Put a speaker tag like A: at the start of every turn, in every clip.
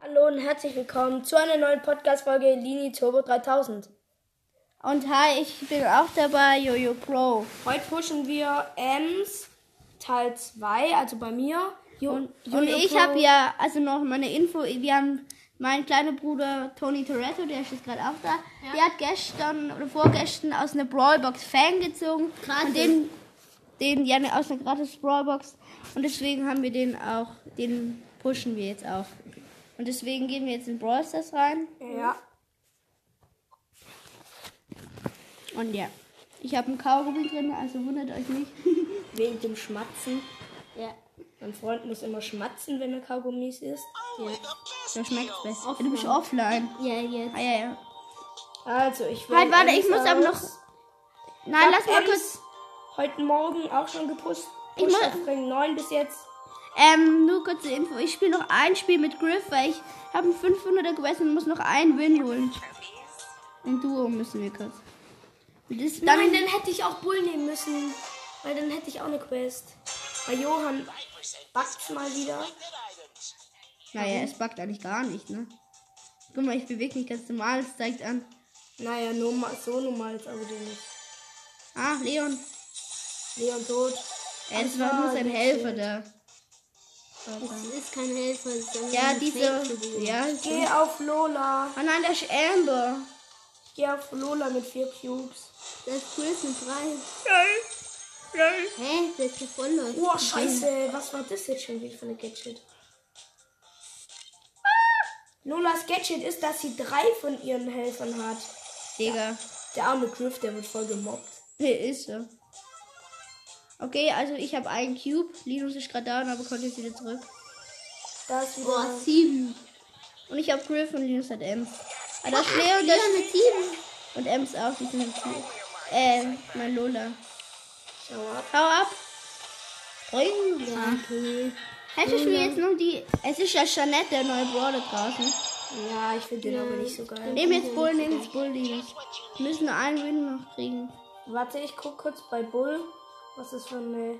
A: Hallo und herzlich willkommen zu einer neuen Podcast-Folge Lini Turbo 3000.
B: Und hi, ich bin auch dabei, Jojo Pro.
A: Heute pushen wir Ems Teil 2, also bei mir. Jo-
B: Und,
A: Jojo
B: und ich
A: Pro-
B: habe ja, also noch meine Info, wir haben meinen kleinen Bruder Tony Toretto, der ist jetzt gerade auch da, der hat gestern oder vorgestern aus einer Brawlbox Fan gezogen. Und den, den, ja, ne, aus einer gratis Brawlbox. Und deswegen haben wir den auch, den pushen wir jetzt auch. Und deswegen gehen wir jetzt in Brawl Stars rein.
A: Ja.
B: Und ja, ich habe einen Kaugummi drin, also wundert euch nicht.
A: Wegen dem Schmatzen.
B: ja.
A: Mein Freund muss immer schmatzen, wenn er Kaugummis isst.
B: So schmeckt's besser. Du bist offline. Ja, jetzt. Ah, ja, ja.
A: Also, ich will.
B: Halt, warte, ich
A: Ems
B: muss aber
A: aus.
B: noch- Nein, lass mal
A: Ems
B: kurz.
A: Heute Morgen auch schon gepusht.
B: Ich
A: Pusht
B: muss-
A: auf Ring 9 bis jetzt.
B: Ähm, nur kurze Info. Ich spiele noch ein Spiel mit Griff, weil ich habe einen 500er gewesen und muss noch einen Win holen. Im Duo müssen wir kurz. Und Das dann
A: Nein, dann hätte ich auch Bull nehmen müssen. Weil dann hätte ich auch eine Quest. Bei Johann backt's mal wieder.
B: naja, es buggt eigentlich gar nicht, ne? Guck mal, ich bewege mich ganz normal. Es zeigt an.
A: Naja, nur mal, so nur mal jetzt aber den
B: Ah, Leon.
A: Leon tot.
B: Äh, es
A: Also,
B: war nur sein Helfer da.
C: Das ist kein Helfer. sondern
B: Ja,
C: ein
B: diese.
C: Fake-Figur.
B: Ja,
A: Geh auf Lola.
B: Oh nein, da ist Amber.
A: Geh auf Lola mit vier Cubes.
C: Das ist cool, sind drei. Hä? Das ist ja voll los.
A: Oh, scheiße. Was war das jetzt schon wieder für eine Gadget? Ah! Lolas Gadget ist, dass sie drei von ihren Helfern hat.
B: Digga.
A: Der arme Griff, der wird voll gemobbt.
B: Nee, ist so. Okay, also ich habe einen Cube. Linus ist gerade down, aber kommt jetzt wieder zurück.
A: Da ist wieder...
C: Boah, sieben.
B: Und ich habe Griff und Linus hat Ems. Ah, das ist Leon, das ist sieben. Und Ems auch, die sind im Cube. Ähm, mein Lola.
A: Schau mal.
B: Hau ab. Bring.
A: Ah.
C: Ja, okay.
B: Hättest du jetzt noch die. Es ist ja Jeanette, der neue Brawler draußen.
A: Ja, ich finde den aber nicht so geil.
B: Nehmen jetzt Bull, nehmen jetzt Bull, Linus. Wir müssen nur einen Win noch kriegen.
A: Warte, ich guck kurz bei Bull, was das für eine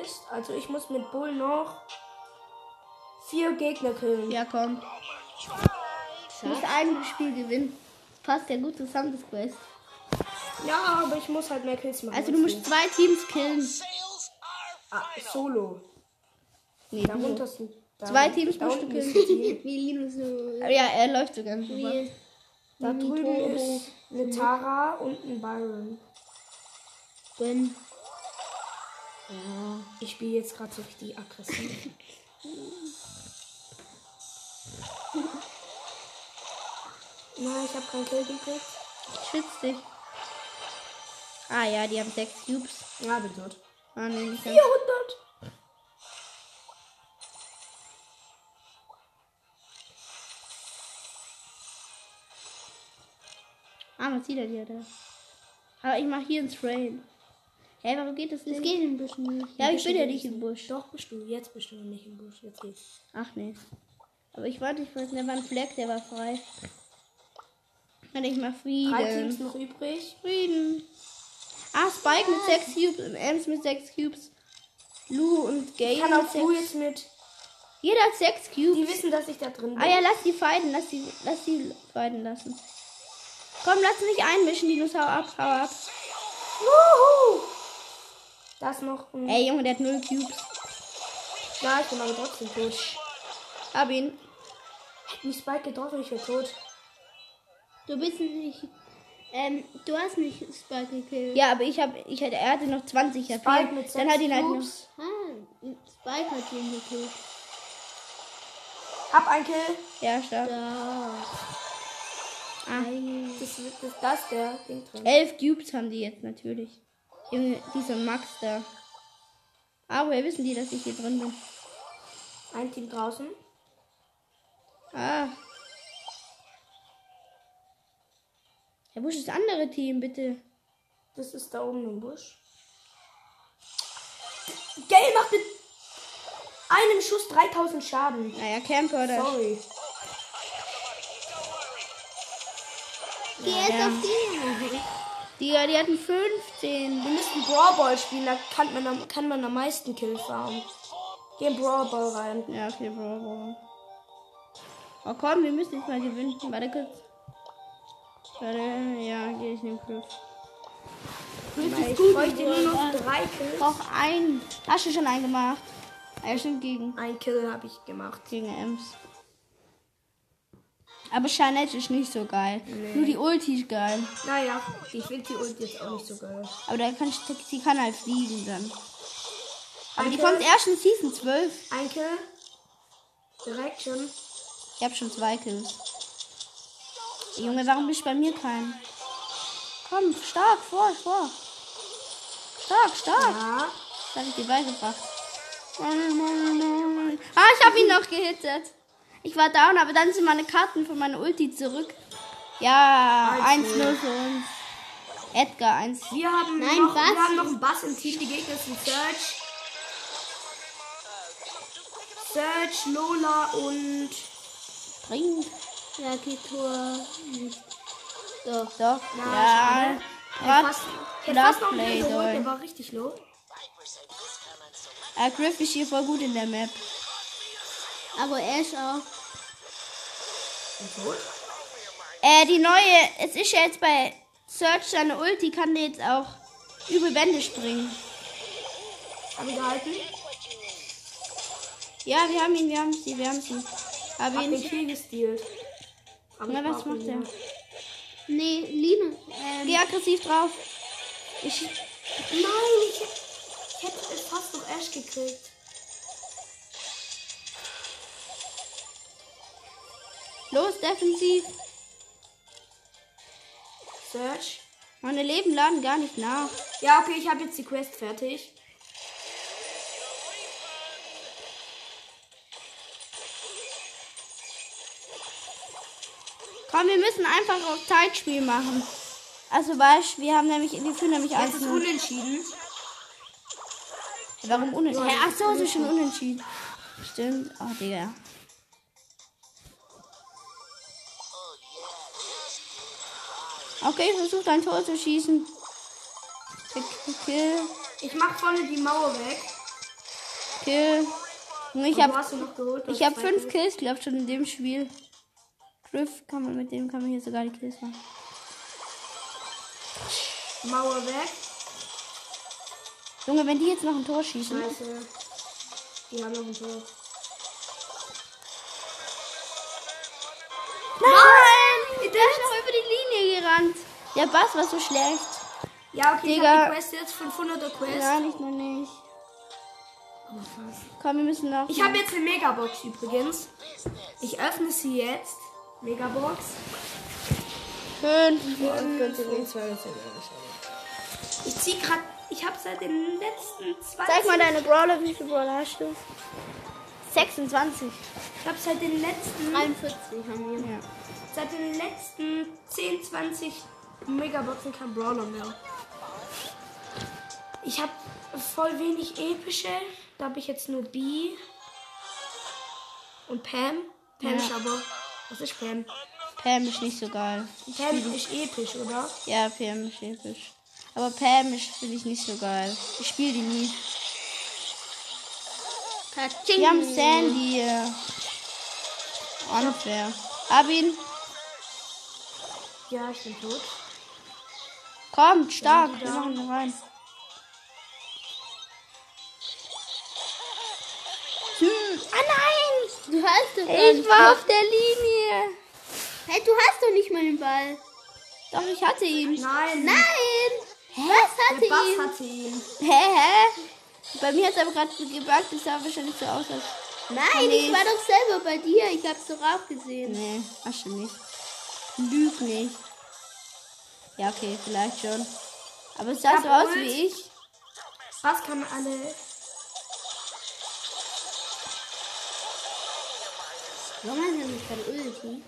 A: ist. Also ich muss mit Bull noch vier Gegner killen.
B: Ja, komm. Du musst ein Spiel gewinnen. Passt ja gut zusammen, das Quest.
A: Ja, aber ich muss halt mehr Kills machen.
B: Also du musst zwei Teams killen.
A: ah, solo.
B: Nee,
A: Darunter sind da,
B: Mhm. Zwei Teams
A: da
B: musst
A: unten
B: du
A: ist
B: killen.
A: ein Team.
C: Wie Linus so.
B: Ja, er läuft sogar. Wie?
C: Wie.
A: Da drüben ist eine Tara und ein Byron.
C: Gönn.
A: Ich spiele jetzt gerade so richtig aggressiv. Nein, ich habe keinen Kill gekriegt.
B: Schütz dich. Ah ja, die haben sechs Cubes.
A: Ja, bin tot.
B: Ah, nee, nicht ganz.
A: 400!
B: ah man sieht er dir da. Aber ich mache hier ins Rain. Hä, warum geht das
C: Das
B: nicht?
C: geht ein bisschen nicht.
B: ja, ich bin ja nicht im Busch.
A: Doch, bist du. Jetzt bist du nicht im Busch. Jetzt geht's.
B: Ach nee. Aber ich warte, ich weiß nicht, da war ein Fleck, der war frei. Und ich mach
A: Drei Teams
B: Frieden.
A: noch übrig.
B: Frieden. Ah, Spike mit sechs Cubes und Ems mit sechs Cubes. Lou und Gay
A: Ich kann
B: mit
A: auch Blue
B: sechs.
A: jetzt mit.
B: Jeder hat sechs Cubes.
A: Die wissen, dass ich da drin bin.
B: Ah ja, lass die fighten, lass die, lass die fighten lassen. Komm, lass nicht einmischen, Linus, hau ab, hau ab.
A: Wuhu! Da ist noch ein.
B: Ey, Junge, der hat null Cubes.
A: Ja, ich bin aber trotzdem tot.
B: Hab ihn.
A: Hat mich Spike getroffen, ich bin tot.
C: Du bist nicht. Ähm, du hast nicht Spike gekillt.
B: Ja, aber ich hab, ich hatte, er hatte noch 20 HP.
A: Spike mit
B: Dann
A: sechs
B: hat ihn halt noch.
A: Cubes.
C: Ah, Spike hat ihn gekillt.
A: Hab ein Kill.
B: Ja, stark.
C: Ja.
B: Ah.
A: Das, das, das ist der Ding drin.
B: Elf Cubes haben die jetzt natürlich. Junge, dieser Max da. Ah, woher wissen die, dass ich hier drin bin?
A: Ein Team draußen.
B: Ah. Ja, wo ist das andere Team, bitte?
A: Das ist da oben im Busch. Gale macht mit einem Schuss 3000 Schaden.
B: Naja, Camper oder.
A: Sorry.
C: Geh jetzt
B: Ja.
C: auf die.
B: Digga, die hatten 15.
A: Wir müssen Brawl Ball spielen, da kann man am, kann man am meisten Kills farmen. Geh in Brawl Ball rein.
B: Ja, okay, Bro, Bro. Oh komm, wir müssen jetzt mal gewinnen. Warte kurz. Warte, ja, geh ich nehme Griff.
A: Weil Ich bräuchte nur noch drei Kills.
B: Brauch einen. Hast du schon einen gemacht? Ah, Ja, stimmt, gegen,
A: Ein Kill habe ich gemacht.
B: gegen Ems. Aber Charnette ist nicht so geil. Nur die Ulti ist geil.
A: Naja, ich finde die Ulti jetzt auch nicht so geil.
B: Aber da kann, sie kann halt fliegen dann. Aber die kommt erst in Season 12.
A: Ein Kill. Direkt schon.
B: Ich hab schon zwei Kills. Junge, warum bist du bei mir kein? Komm, stark, vor, vor. Stark, stark.
A: Ja.
B: Das hab ich dir beigebracht. Ah, ich hab ihn noch gehittet. Ich war down, aber dann sind meine Karten von meiner Ulti zurück. Ja, 1-0 für uns. Edgar 1.
A: Wir haben,
C: Nein,
A: noch,
C: Bass
A: wir haben
C: ist-
A: noch einen Bass im Team. Die Gegner sind Search. Search, Lola und.
B: Bring.
C: Ja, Kitor. Nicht. Doch.
B: Doch.
A: Na,
B: ja.
A: schade.
B: Grad-
A: Fast- Ich hätte
B: Grad
A: fast noch einen
B: Play
A: Kill geholt,
B: doll.
A: der war richtig low.
B: Ah, Griff ist hier voll gut in der Map.
C: Aber Ash auch.
A: Und tot?
B: Äh, die neue, es ist ja jetzt bei Search seine Ulti, kann die jetzt auch über Wände springen.
A: Haben wir gehalten?
B: Ja, wir haben ihn, wir haben sie, wir haben sie. Aber
A: Hab den
B: ihn.
A: Kill gestealt. Aber
B: Na,
A: ich
B: was
A: brauch
B: macht
A: ihn
B: er?
A: nicht.
C: Nee, Lina. Ähm,
B: Geh aggressiv drauf. Ich,
A: Nein, ich hätte, ich hätte es fast noch Ash gekriegt.
B: los, defensiv.
A: Search.
B: Meine Leben laden gar nicht nach.
A: Ja, okay, ich habe jetzt die Quest fertig.
B: Komm, wir müssen einfach auf Zeitspiel machen. Also, weißt, wir haben nämlich, wir führen nämlich
A: Jetzt
B: eins.
A: ist unentschieden.
B: Warum unentschieden? Hä, Ach so, es ist schon unentschieden. Stimmt. Ach, Digga. Okay, versuch dein Tor zu schießen. Kill, Kill,
A: Ich mach vorne die Mauer weg.
B: kill. Junge, Ich
A: Und du
B: hab,
A: hast ihn noch geholt. Du
B: ich
A: hast
B: hab
A: zwei
B: fünf
A: Kills.
B: Kills, glaub schon in dem Spiel. Griff kann man mit dem kann man hier sogar die Kills machen.
A: Mauer weg.
B: Junge, wenn die jetzt noch ein Tor schießen.
A: Scheiße. Die haben noch ein Tor.
B: Nein! Der ist noch über die Linie gerannt. Der Bass war so schlecht.
A: Ja, okay, ich
B: Digga.
A: hab die Quest jetzt. 500er Quest.
B: Nein, ich noch nicht.
C: Oh,
B: Komm, wir müssen noch.
A: Ich habe jetzt eine Megabox übrigens. Ich öffne sie jetzt. Megabox.
B: Fünf.
A: Ich zieh grad. Ich habe seit den letzten 20.
B: Zeig mal deine Brawler, wie viele Brawler hast du? 26.
A: Ich habe seit den letzten.
C: 43 haben wir.
B: Ja.
A: Seit den letzten 10, 20 Megaboxen kein Brawler mehr. Ich habe voll wenig epische. Da habe ich jetzt nur B und Pam. Pam
B: Ja.
A: ist aber. Was ist Pam?
B: Pam ist nicht so geil.
A: Pam ist episch, oder?
B: Ja, Pam ist episch. Aber Pam ist, finde ich, nicht so geil. Ich spiele die nie.
C: Katsching.
B: Wir haben Sandy. äh, Unfair. Hab ihn.
A: Ja, ich bin tot.
B: Kommt, stark. Wir machen ihn rein. Hm. Ah nein!
C: Du hast doch gar
B: Ich
C: nicht-
B: war auf der Linie.
C: Hey, du hast doch nicht mal den Ball.
B: Doch, ich hatte ihn.
A: Nein,
C: Nein! Was hatte
A: der Bass
C: ihn?
A: hatte ihn.
B: Hä, hä? Bei mir hat es aber gerade gebackt. Es sah wahrscheinlich so aus, als...
C: Nein,
B: Nee.
C: ich war doch selber bei dir. Ich hab's doch auch gesehen.
B: Nee, hast du nicht. Lüg nicht. Ja, okay, vielleicht schon. Aber es sah
A: Ja,
B: so aus
A: Ult.
B: wie ich.
A: Was kann alle.
C: Warum hat er nicht gerade Ulti?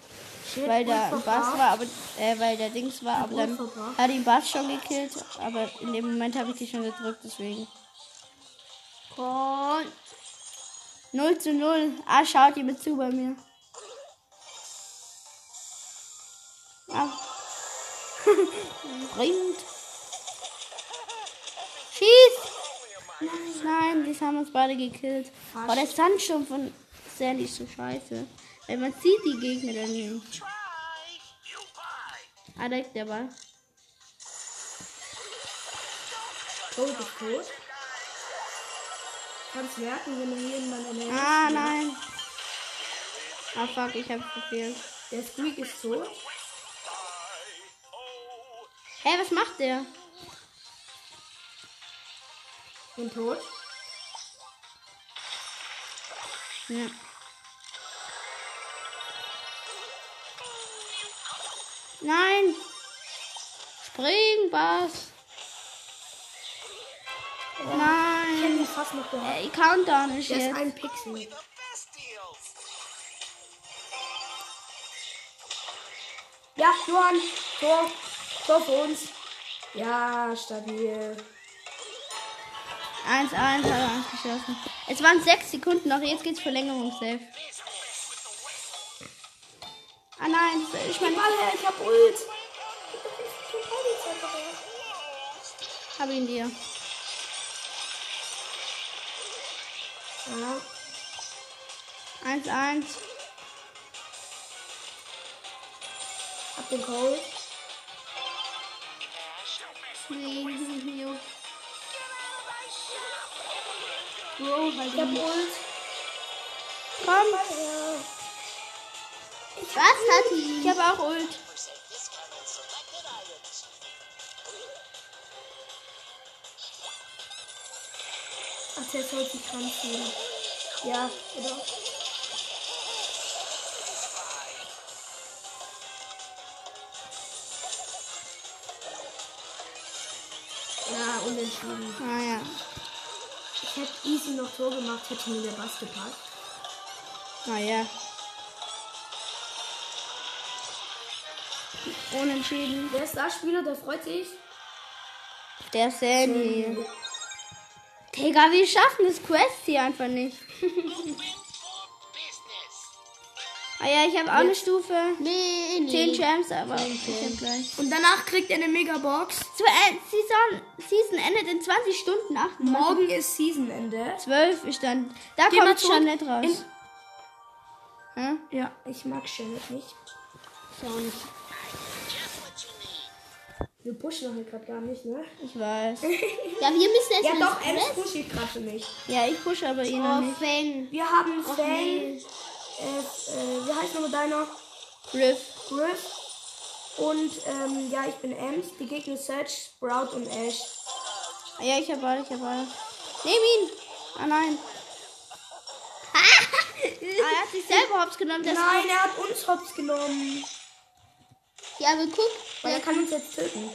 A: Shit,
B: Weil da ein
A: Ulf
B: Bass
A: verbraucht.
B: war, aber... Äh, weil der Dings war, aber dann
A: Unverbraucht.
B: hat ihn Bass schon gekillt. Aber in dem Moment habe ich die schon gedrückt, deswegen.
C: Komm.
B: 0 zu 0. Ah, schaut ihr mit zu bei mir. Ah. Bringt. Schieß! Nein, die haben uns beide gekillt. Boah, der Sandsturm von Sandy ist so scheiße. Wenn man sieht die Gegner dann nicht. Ah, direkt der Ball.
A: Gold ist tot. Kannst merken, wenn du hier in meiner Nähe
B: Ah, nein. Ah, fuck, ich hab's verfehlt.
A: Der Squeak ist tot.
B: Hä, was macht der?
A: Und tot.
B: Ja. Nein! Spring, Bas!
A: Ich hätte
B: Nein!
A: ihn fast noch gehabt.
B: Ey, Countdown ist
A: Der ist
B: jetzt.
A: ein Pixel. Ja, Johann. Tor. Tor für uns. Ja, stabil.
B: 1-1, hat er eins geschossen. Es waren 6 Sekunden noch, jetzt geht's Verlängerung safe. Ah nein, ich
A: Mein
B: meine,
A: Ball her, ich hab Ult.
B: hab ihn dir.
A: Ja,
B: 1-1.
A: hab den Cole.
B: Bro, halt
A: Ich hab Ult.
B: Komm!
A: Ja.
B: Was hat die? Ich habe auch Ult.
A: Ach, der sollte sich ranziehen. Ja, genau. oder? Ja, unentschieden.
B: Ah ja.
A: Ich hätte easy noch Tor gemacht, hätte mir der Bass gepackt.
B: Naja. Unentschieden.
A: Wer ist da Spieler, der freut sich?
B: Der Sandy. Digga, wir schaffen das Quest hier einfach nicht. ah ja, ich habe auch eine Stufe.
C: Nee,
B: 10 Gems, aber ich hab gleich.
A: Und danach kriegt er eine Megabox.
B: Zu, äh, Season, Season endet in 20 Stunden. 8,
A: Morgen ist Seasonende.
B: 12 ist dann. Da
A: Geh mal
B: kommt
A: zurück
B: schon nicht raus.
A: in-
B: Hä?
A: Ja, ich mag Shellet nicht. Wir pushen doch hier gerade gar nicht, ne?
B: Ich weiß.
C: Ja, wir müssen erst
A: Ja
C: mal
A: doch,
C: das
A: Ems
C: Quest-
A: pusht ich gerade schon nicht.
B: Ja, ich pushe aber ihn noch
C: Oh,
B: nicht.
C: Fang.
A: Wir haben Fang,
C: nee.
A: äh, äh, wie heißt nochmal deiner?
B: Riff.
A: Griff. Und ähm, ja, ich bin Ems. Die Gegner Search, Sprout und Ash.
B: Ah Ja, ich hab alle, ich hab alle. Nehm ihn! Ah nein. Ah, er hat sich selber hops genommen. Der
A: Nein, er hat uns hops genommen.
C: Ja, aber guck.
A: Weil er kann uns jetzt töten.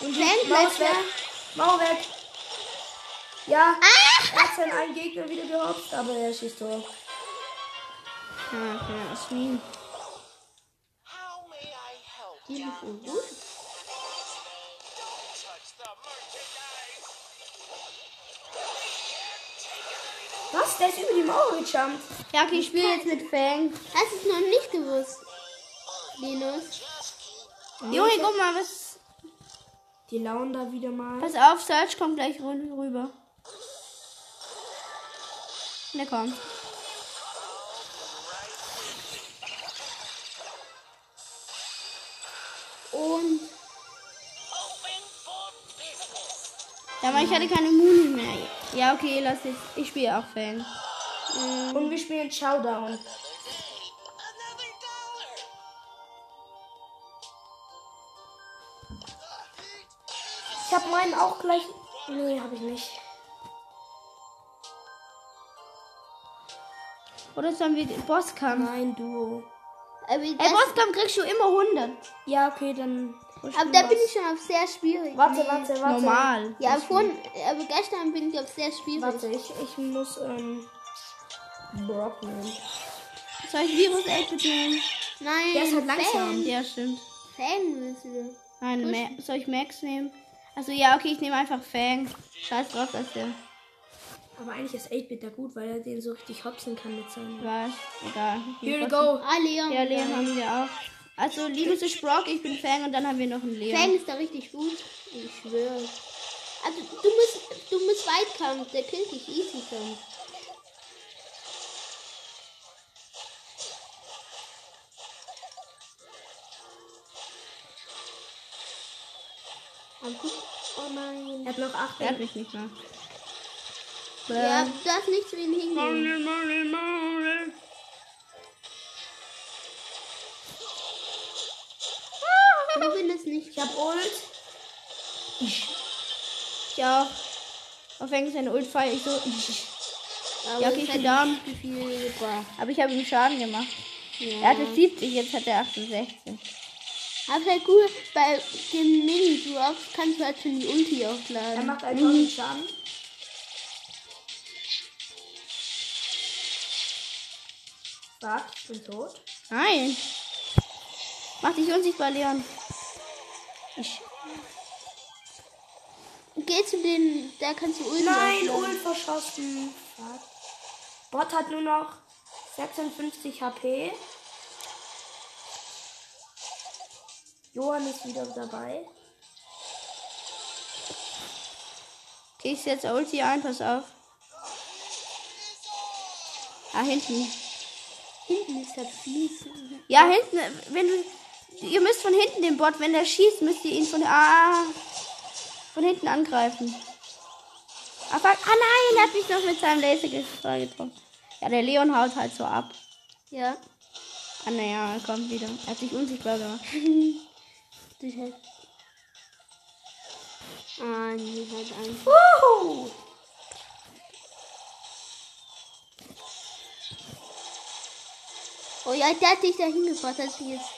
B: und
A: Maus weg. Mau weg. Ja,
C: Ah!
A: er hat seinen einen Gegner wieder gehopst, aber er schießt Tor.
B: Ah, okay, aus Wien.
D: How may I help?
C: Die
D: ya?
C: sind gut.
D: Don't touch the merchandise.
A: Was? Der ist über die Mauer gejumpt.
B: Ja, okay, ich spiele jetzt mit Fang.
C: Hast du es noch nicht gewusst? Linus.
B: Junge, guck mal, was.
A: Die lauern da wieder mal.
B: Pass auf, Search kommt gleich rü- rüber. Na komm.
C: Und
D: Open for business.
B: Ja, aber ich hatte keine Muni mehr. Ja, okay, lass ich. Ich spiele auch Fang.
A: Und wir spielen Showdown.
D: Hey, another dollar.
A: Ich hab meinen auch gleich. Nee, hab ich nicht.
B: Oder sollen wir den Bosskampf?
A: Nein, Duo.
C: aber,
B: Ey,
C: das,
B: Bosskampf kriegst du immer 100.
A: Ja, okay, dann.
C: aber da bin ich schon auf sehr schwierig.
A: Warte, warte, warte.
B: Normal.
C: Ja, aber, vorhin, aber gestern bin ich auf sehr schwierig.
A: Warte, ich, ich muss ähm, Brock nehmen.
B: Soll ich Virus 8 nehmen?
C: Nein.
A: Der ist halt langsam.
B: Ja, stimmt.
C: Fang müssen wir.
B: Nein, Ma soll ich Max nehmen? Also ja, okay, ich nehme einfach Fang. Scheiß drauf, dass der
A: Aber eigentlich ist 8-Bit da gut, weil er den so richtig hopsen kann mit seinem.
B: weiß. Egal.
A: Here we go.
C: Ah, Leon.
B: Ja, Leon haben wir auch. Also Linus ist Brock, ich bin Fang und dann haben wir noch einen Leon.
C: Fang ist da richtig gut. Ich schwöre. Also, du musst, du musst weit kommen. Der killt dich easy sonst. Angucken. Oh nein.
A: Er hat noch 8.
B: Er hat mich nicht mehr.
C: Ja,
B: Ähm.
C: du darfst nicht zu ihm hingehen.
B: Morgen, morgen, morgen. Oh
C: Robin ist nicht.
A: Ich hab Ult.
B: Ich auch. Auf Englisch eine Ult feier ich so.
C: aber
B: Ja, okay,
C: es
B: ich
C: hat
B: bin down.
C: nicht viel gebracht.
B: Aber ich habe ihm Schaden gemacht.
C: Ja.
B: Er hatte 70, jetzt hat er 68.
C: Aber halt cool, bei dem Mini-Drops kannst du halt schon die Ulti aufladen.
A: Er macht 1000 Schaden. Warte, ich bin tot.
B: Nein. Mach dich unsichtbar, Leon.
C: Geh zu den, da kannst du Ulti
A: Nein, oh
C: aufladen.
A: Ult verschossen. Fuck. Bot hat nur noch 56 HP. Johann ist wieder dabei.
B: Okay, ich setze Ulti ein, pass auf. Ah, hinten.
C: Hinten ist das Fließen.
B: Ja, hinten, wenn du. Ihr müsst von hinten den Bot, wenn der schießt, müsst ihr ihn von. Ah, von hinten angreifen. Aber, ah nein, er hat mich noch mit seinem Lasergeschwader getroffen. Ja, der Leon haut halt so ab.
C: Ja.
B: Ah, naja, er kommt wieder. Er hat sich unsichtbar gemacht.
C: Du hast. Ah, nee, halt Angst.
A: Wuhu!
C: Oh ja, der hat dich da hingebracht, als du jetzt.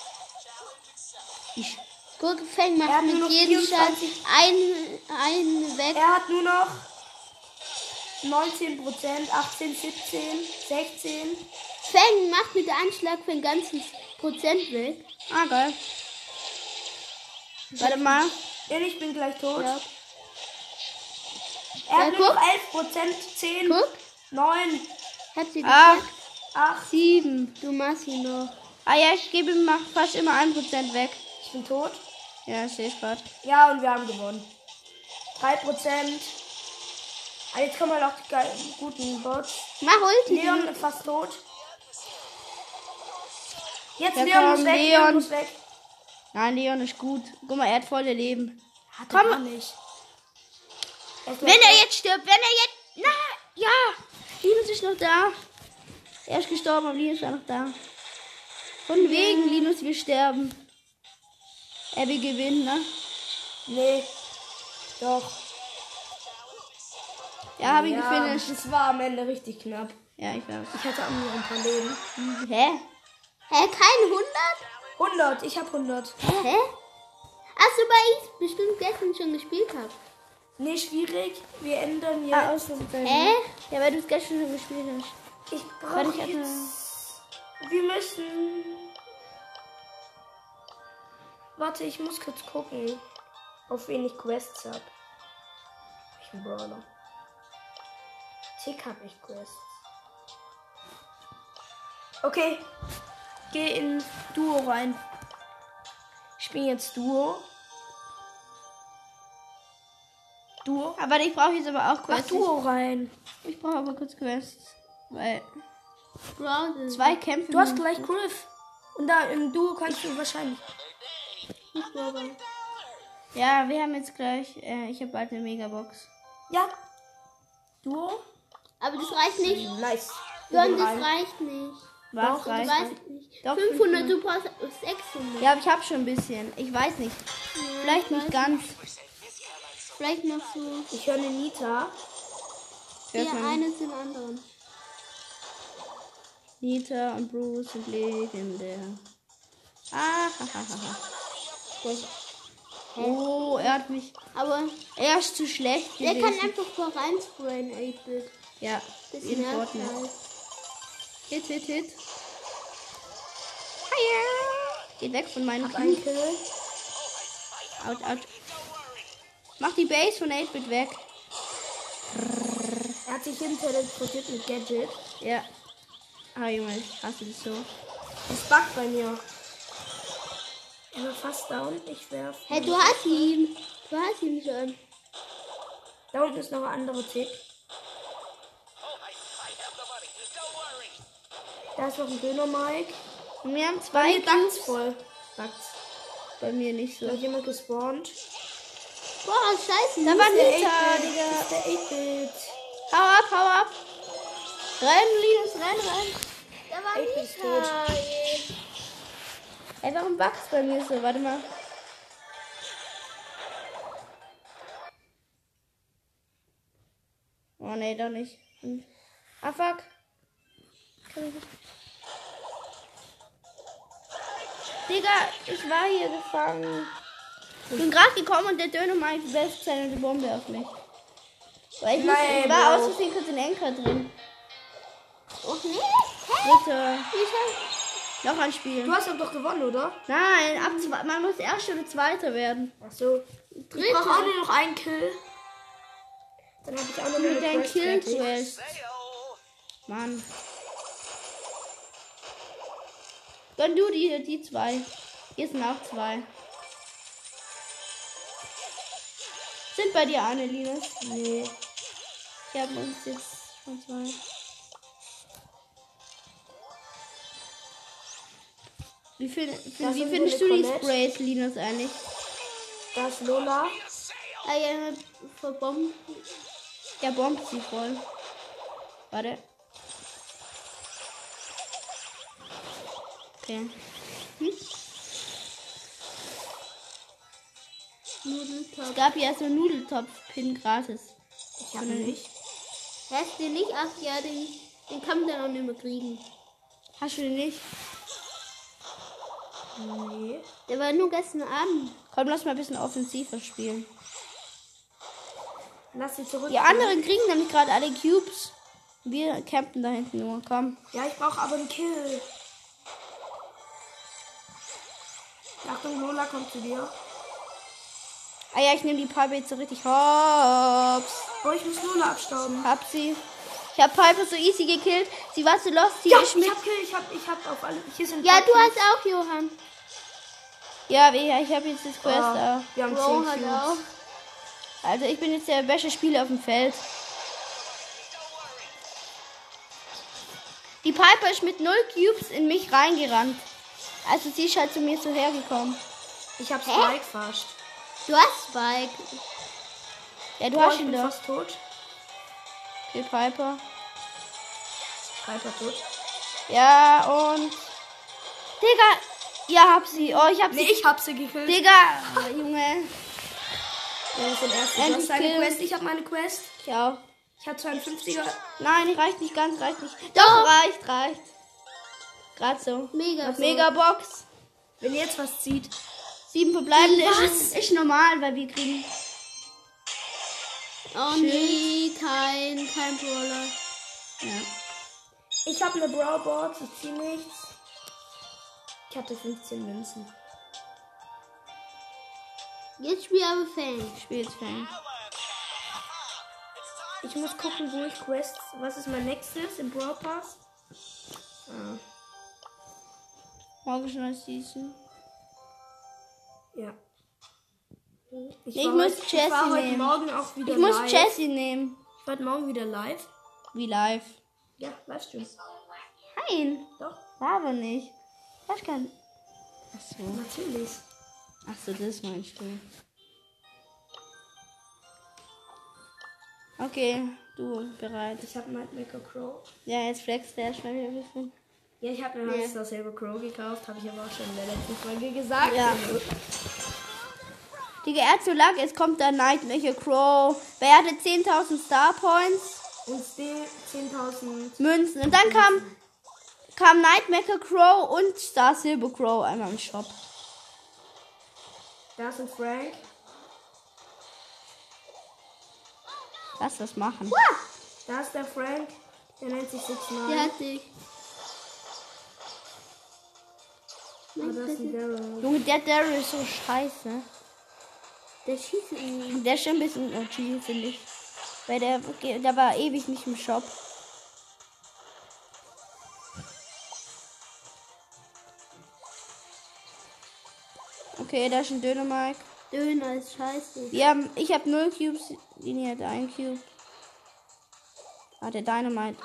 B: Ich.
C: Guck, Fang
A: Er hat
C: macht
A: nur noch
C: mit jedem Schlag
A: 24.
C: einen, einen weg.
A: Er hat nur noch 19 Prozent, 18, 17, 16.
C: Fang macht mit dem Anschlag für ein ganzes Prozent weg.
B: Ah, geil. Warte mal.
A: Und ich bin gleich tot.
C: Ja.
A: Er
C: Ja,
A: hat nur
C: guck.
A: noch 11 Prozent, 10,
C: Guck,
A: 9,
C: hab sie
A: Ah.
B: Ach,
C: gesagt.
A: 8.
B: sieben.
C: Du machst ihn noch.
B: Ah ja, ich gebe ihm mach fast immer ein Prozent weg.
A: Ich bin tot.
B: Ja, ich sehe es grad.
A: Ja, und wir haben gewonnen. 3 Prozent. Ah, jetzt kommen halt auch die geilen- guten Bots.
C: Mach Ulti.
A: Leon ist fast tot. Jetzt
B: Ja,
A: Leon muss
B: komm,
A: weg, Leon,
B: Leon.
A: muss weg.
B: Nein, Leon ist gut. Guck mal, er hat volle Leben.
A: Hat er gar nicht.
B: Wenn er jetzt stirbt, wenn er jetzt. Na, ja! Linus ist noch da. Er ist gestorben, aber Linus war noch da. Von wegen, Linus, wir sterben. Abby gewinnt, ne?
A: Nee. Doch.
B: Ja, habe ich
A: ja,
B: gefinisht.
A: Es war am Ende richtig knapp.
B: Ja, ich weiß.
A: Ich hatte auch nur ein paar Leben.
B: Hä?
C: Hä, kein 100?
A: 100, ich hab 100.
C: Hä? Achso, weil ich bestimmt gestern schon gespielt habe.
A: Nee, schwierig. Wir ändern
B: Ja,
A: jetzt.
B: aus Hä?
C: Hä?
B: Ja, weil du es gestern schon gespielt hast.
A: Ich
B: Warte,
A: brauche
B: ich hab
A: jetzt.
B: mal.
A: Wir müssen. Warte, ich muss kurz gucken, auf wen ich Quests hab. Ich bin Brawler. Tick hab ich Quests. Okay. Geh in Duo rein. Ich bin jetzt Duo. Duo?
B: Aber Ah, ich brauche jetzt aber auch
A: Mach
B: Quests.
A: Duo rein.
B: Ich brauche aber kurz Quests. Weil
C: Browser.
B: zwei Kämpfe.
A: Du hast gleich Griff. Und da im Duo kannst du wahrscheinlich.
B: Ja, wir haben jetzt gleich. Äh, ich habe bald eine Megabox.
A: Ja. Duo?
C: Aber das reicht nicht.
A: Nice.
C: Leon, das reicht nicht.
B: Was
C: Du
B: reicht noch?
C: weißt nicht.
B: Doch,
C: 500, du brauchst 600.
B: Ja, aber ich habe schon ein bisschen. Ich weiß nicht. Vielleicht nicht ganz.
C: Vielleicht noch so
A: Ich höre eine Nita.
C: der
B: man-
C: eine zum anderen.
B: Nita und Bruce und legendär. Ah, ha, ha, ha, ha. Oh, er hat mich.
C: Aber
B: Er ist zu schlecht.
C: der kann
B: gewesen.
C: einfach vor rein sprayen, 8-Bit.
B: Ja,
C: Das
B: in
C: nervt
B: Fortnite.
C: halt.
B: Hit, hit, hit. Hiya. Geht weg von meinem Kind.
A: Kill.
D: Oh,
B: Out, out. Mach die Base von 8-Bit weg.
A: Er hat sich hin teleportiert mit Gadget.
B: Ja. Ah, Junge, ich hasse das so.
A: Das buggt bei mir. Er war fast down. Ich werf.
C: Hey, du hast ihn. Du hast ihn schon.
A: Da unten ist noch ein anderer Tick.
D: Oh, I, I have the money. Don't worry.
A: Da ist noch ein Döner Mike.
B: Und wir haben zwei
A: Ganz
B: Kills.
A: voll. Buggt's.
B: Bei mir nicht
A: Da
B: so.
A: hat jemand gespawnt.
C: Boah, scheiße.
B: Da war Nita,
A: 8-Bit.
B: Digga.
A: Ist der 8-Bit.
B: Hau ab, hau ab. Renn, Linus, renn, renn.
C: Da war
A: Echt
C: Nita.
A: ist tot.
B: Ey, warum bugs bei mir so? Warte mal. Oh nee, doch nicht. Hm. Ah fuck. Kann ich nicht. Digga, ich war hier gefangen. Ich bin gerade gekommen und der Döner meinte, selbst seine Bombe auf mich. Weil ich,
A: Nein,
B: muss, ich war
A: Bro.
B: aus Versehen kurz in Enker drin.
C: Oh, nee.
B: Bitte.
C: Ich
B: Noch ein Spiel.
A: Du hast doch doch gewonnen, oder?
B: Nein, ab zwei, man muss erster oder zweiter werden.
A: Ach so. Ich brauche auch nur noch einen Kill. Dann habe ich auch noch
B: Mit
A: eine
B: deinem
A: Quest
B: Kill
A: fertig.
B: Quest.
D: Sale.
B: Mann. Dann du die, die zwei. Hier sind auch zwei. Sind bei dir eine, Linus?
A: Nee.
B: Wir haben uns jetzt schon zwei. Wie, viel, für,
A: Das
B: wie
A: sind
B: findest du
A: wohl
B: die
A: Colette.
B: Sprays, Linus, eigentlich?
A: Da ist Lola.
B: Ah ja, verbombt. Er bombt sie voll. Warte. Okay. Hm? Es
C: Nudeltopf.
B: gab ja so einen Nudeltopf-Pin gratis.
A: Ich habe nicht.
C: Hast du nicht? Ach ja, den, den kann man dann auch nicht mehr kriegen.
B: Hast du den nicht?
A: Nee.
C: Der war nur gestern Abend.
B: Komm, lass mal ein bisschen offensiver spielen.
A: Lass sie zurück.
B: Die anderen kriegen nämlich gerade alle Cubes. Wir campen da hinten nur. Komm.
A: Ja, ich brauche aber einen Kill. Achtung, Lola kommt zu dir.
B: Ah ja, ich nehme die Pipe jetzt so richtig hops.
A: Oh, ich muss Lola abstauben.
B: Hab sie. Ich hab Piper so easy gekillt. Sie war so lost. Sie
A: Ja,
B: ist
A: ich
B: mit
A: hab Kill. Ich hab, ich hab auf alle. Hier sind
C: Ja,
A: drei
C: du
A: Kills.
C: hast auch, Johann.
B: Ja, wie- ja, ich habe jetzt das Quest äh,
A: Ah,
B: auch.
A: wir haben
C: Bro hat
A: zehn
C: auch.
A: Cubes.
B: Also ich bin jetzt der beste Spieler auf dem Feld. Die Piper ist mit null Cubes in mich reingerannt. Also sie ist halt zu mir so hergekommen.
A: Ich hab Spike fast.
C: Du hast Spike.
B: Ja, du
A: Oh,
B: hast
A: ich
B: ihn
A: bin
B: doch.
A: fast tot.
B: Okay, Piper.
A: Piper tot.
B: Ja, und... Digga! Ja, hab sie. Oh, ich hab
A: Nee,
B: sie.
A: ich hab sie gekillt.
B: Digga! Oh, Junge.
A: Ja, das ist der erste. Du
B: Endlich
A: hast deine
B: Kill.
A: Quest. Ich hab meine Quest.
B: Ich auch.
A: Ich hab 52er.
B: Nein, reicht nicht ganz, reicht nicht. Doch, Also- reicht, reicht. Grad so.
C: Mega. so.
B: Mega Box.
A: Wenn ihr jetzt was zieht.
B: Sieben verbleibende
C: Was?
B: ist, ist normal, weil wir kriegen.
C: Oh nee, kein, kein Brawler.
B: Ja.
A: Ich habe eine Browboard, ich ziehe nichts. Ich hatte 15 Münzen.
C: Jetzt spiel aber Fang.
B: Spielfang.
A: Ich muss gucken, wo ich Quests. Was ist mein nächstes im Brawl Pass? Ah,
B: Morgen schon als Season.
A: ja.
B: Ich
A: war
B: muss
A: heute,
B: Jessie
A: ich war heute
B: nehmen.
A: Morgen auch wieder
B: Ich muss
A: live.
B: Jessie nehmen.
A: Ich war heute Morgen wieder live.
B: Wie live?
A: Ja, Livestream.
B: Nein,
A: Doch,
B: war aber nicht. Das kann. Ach so.
A: natürlich.
B: Ach so, das meinst du. Okay, du bereit.
A: Ich habe Nightmaker Crow.
B: Ja, jetzt flex der schon wieder ein bisschen.
A: Ja, ich habe mir yeah. Master Saber Crow gekauft. Habe ich aber auch schon in der letzten Folge gesagt.
B: Ja. Digga, er hat so lag, es kommt der Nightmaker Crow. Wer hatte 10.000 Star Points?
A: Und Steel 10.000.
B: Münzen. Und dann kam, kam Nightmaker Crow und Star Silver Crow einmal im Shop.
A: Da ist ein Frank.
B: Lass das machen.
A: Da ist der Frank. Der nennt sich 6
C: Der hat dich.
A: Ah, das ist ein Daryl.
B: Junge, der Daryl ist so scheiße.
C: Der schießt ihn.
B: Der ist schon ein bisschen OG, finde ich. Weil der, der war ewig nicht im Shop. Okay, da ist ein Dönemark.
C: Döner ist scheiße.
B: Wir haben, ich habe null Cubes, Linie hat einen Cube. Ah, der Dynamite.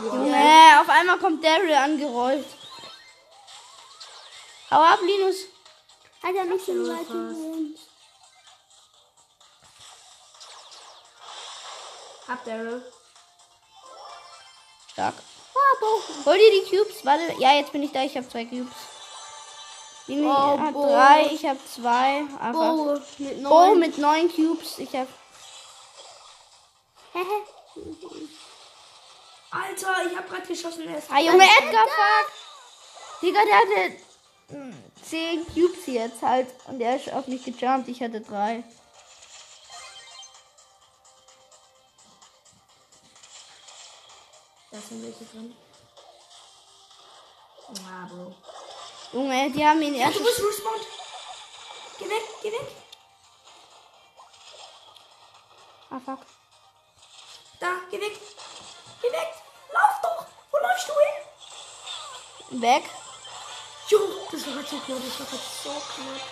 B: Junge, auf einmal kommt Daryl angerollt. Hau ab, Linus.
C: Hat er nicht so
A: Absolut
C: weit
A: krass.
C: gesehen.
A: Ab Daryl.
B: Stark. Ah, Bo. Hol dir die Cubes. Warte. Ja, jetzt bin ich da. Ich habe zwei Cubes. Lini
C: Oh,
B: hat
C: Bo.
B: drei. Ich habe zwei. Einfach. Bo.
C: Oh, mit neun.
B: mit neun Cubes. Ich habe.
A: Alter, ich hab grad geschossen. Er ist
B: Ah, Junge, Edgar, fuck. Digga, der hatte hm, zehn Cubes jetzt halt. Und er ist auf mich gejumpt. Ich hatte drei.
A: Da sind welche drin. Ja, Bro.
B: Junge, die haben ihn erst.
A: Du bist respawned. Geh weg, geh weg.
B: Ah, fuck.
A: Da, geh weg. Geh weg. Lauf doch. Wo läufst du hin?
B: Weg.
A: Jo, das war grad so knapp. Das war grad so knapp.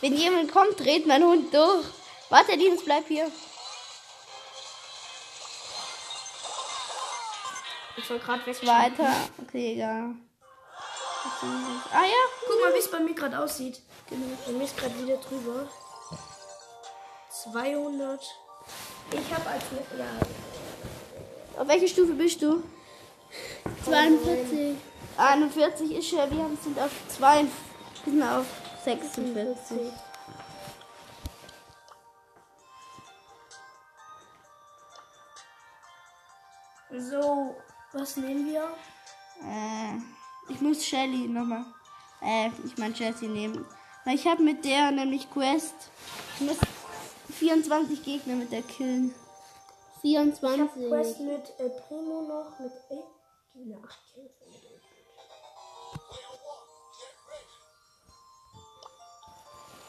B: Wenn jemand kommt, dreht mein Hund durch. Warte, Dienst, bleib hier.
A: Ich wollte grad weg.
B: Weiter. Okay, egal. Ah ja.
A: Guck mal, wie es bei mir gerade aussieht. Genau. Bei mir ist gerade wieder drüber. 200. Ich habe als. Ja,
B: Auf welche Stufe bist du?
C: 42.
B: 41 ist ja, wir haben- sind auf 2. Wir sind auf 46.
A: So, was nehmen wir?
B: Äh, ich muss Shelly nochmal. Äh, ich meine Jessie nehmen. Weil ich habe mit der nämlich Quest. Ich muss 24 Gegner mit der killen.
C: 24.
A: Quest mit äh, Primo noch, mit Ey, gib mir 8 Kills.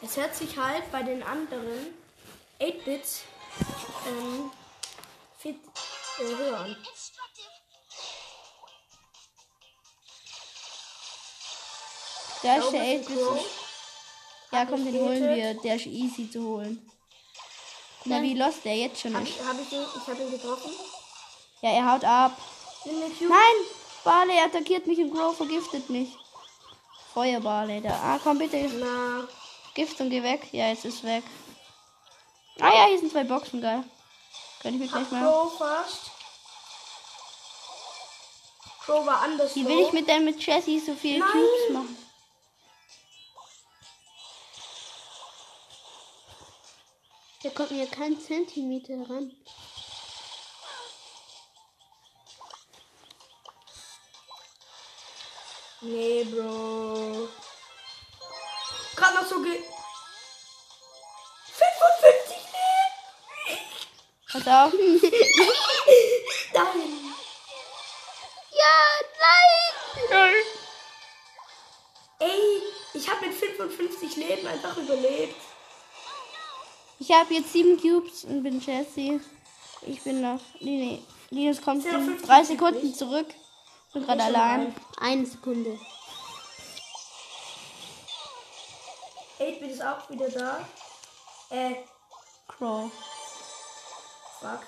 A: Es hört sich halt bei den anderen 8-Bits ähm, fit, äh, höher an.
B: Da
A: Da
B: ist
A: oben
B: der
A: ist ein Crow.
B: 11. Ja, komm, den holen wir. Der ist easy zu holen. Guck mal, wie lost der jetzt schon
A: Hab
B: ist.
A: ich, hab ich, ihn, ich hab ihn getroffen.
B: Ja, er haut ab.
A: Nimm mir Cube.
B: Nein! Barley attackiert mich und Grow vergiftet mich. Feuer Barley da. Ah, komm bitte.
A: Na,
B: Gift und geh weg. Ja, jetzt ist weg. Ah ja, hier sind zwei Boxen, geil. Könnte ich mir gleich mal.
A: Crow fast. Crow war anders.
B: Wie will ich mit denn mit Jessie so viel
A: Nein.
B: Cubes machen?
C: Der kommt mir keinen Zentimeter ran.
A: Nee, Bro. Gerade noch so ge. 55
B: Pass auf.
A: Nein!
C: Ja, nein!
A: Ey, ich habe mit 55 Leben einfach überlebt.
B: Ich habe jetzt sieben Cubes und bin Jessie. Ich bin noch. Nee, nee. Linus kommt
A: Sind noch
B: in
A: 15
B: drei Sekunden zurück. Bin gerade
A: schon
B: allein.
C: Eine Sekunde.
A: 8 bin ist auch wieder da. Äh,
B: Crow.
A: fuck.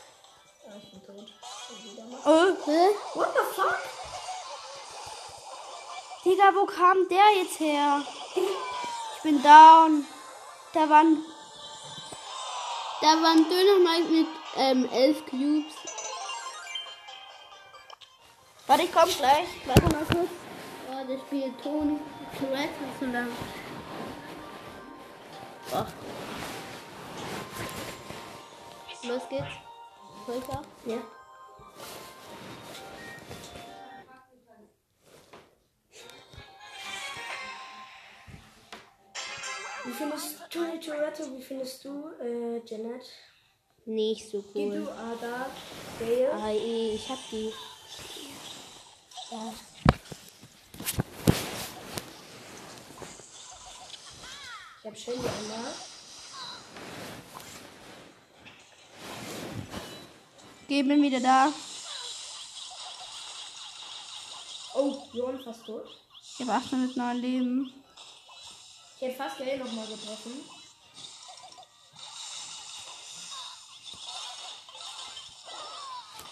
A: Ja, ich bin tot. Schon wieder mal.
B: Oh,
C: Hä?
A: What the fuck?
B: Digga, wo kam der jetzt her? Ich bin down. Da waren.
C: Da war ein Dönermarkt mit ähm, elf Cubes.
B: Warte, ich komm gleich.
C: Warte mal kurz. Oh, das Spiel Toni Tourette ist so lang. Los geht's. Weiter.
A: Ja. Wie findest du Tony Toretto? Wie findest du äh, Janet?
C: Nicht so
A: Gidu,
C: cool.
A: Ada, Gale?
C: Ah, eh, ich hab die.
A: Ich hab Shelly einmal.
B: Geh, bin wieder da.
A: Oh, Johann fast tot.
B: Ich habe 8 mit 9 Leben.
A: Ich hätte fast Gale nochmal getroffen.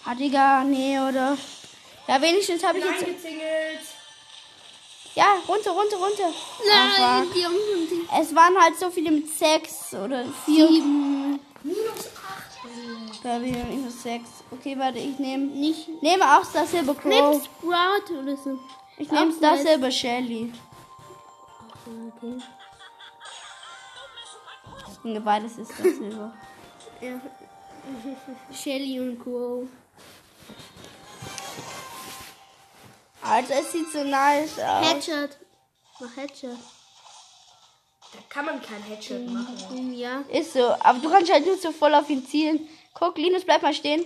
B: Ah, Digga, nee, oder? Ja, wenigstens habe ich
A: Bin
B: jetzt.
A: eingezingelt.
B: Ja, runter, runter, runter. Ah,
C: Nein,
B: fuck.
C: die haben schon die
B: Es waren halt so viele mit 6 oder 4.
C: sieben.
A: Minus 8.
B: Da wieder minus 6. Okay, warte, ich nehme nicht. Nehme auch Star Silver Crow.
C: Nimm Sprout oder so.
B: ich nehme
C: auch
B: Star
C: nice.
B: Silver Shelly. Junge, beides ist Star Silver.
C: Ja. Shelly und Crow.
B: Also, es sieht so nice aus.
C: Headshot. Mach Headshot.
A: Da kann man kein Headshot machen.
C: Hm, Ja.
B: Ist so. Aber du kannst halt nur so voll auf ihn zielen. Guck, Linus, bleib mal stehen.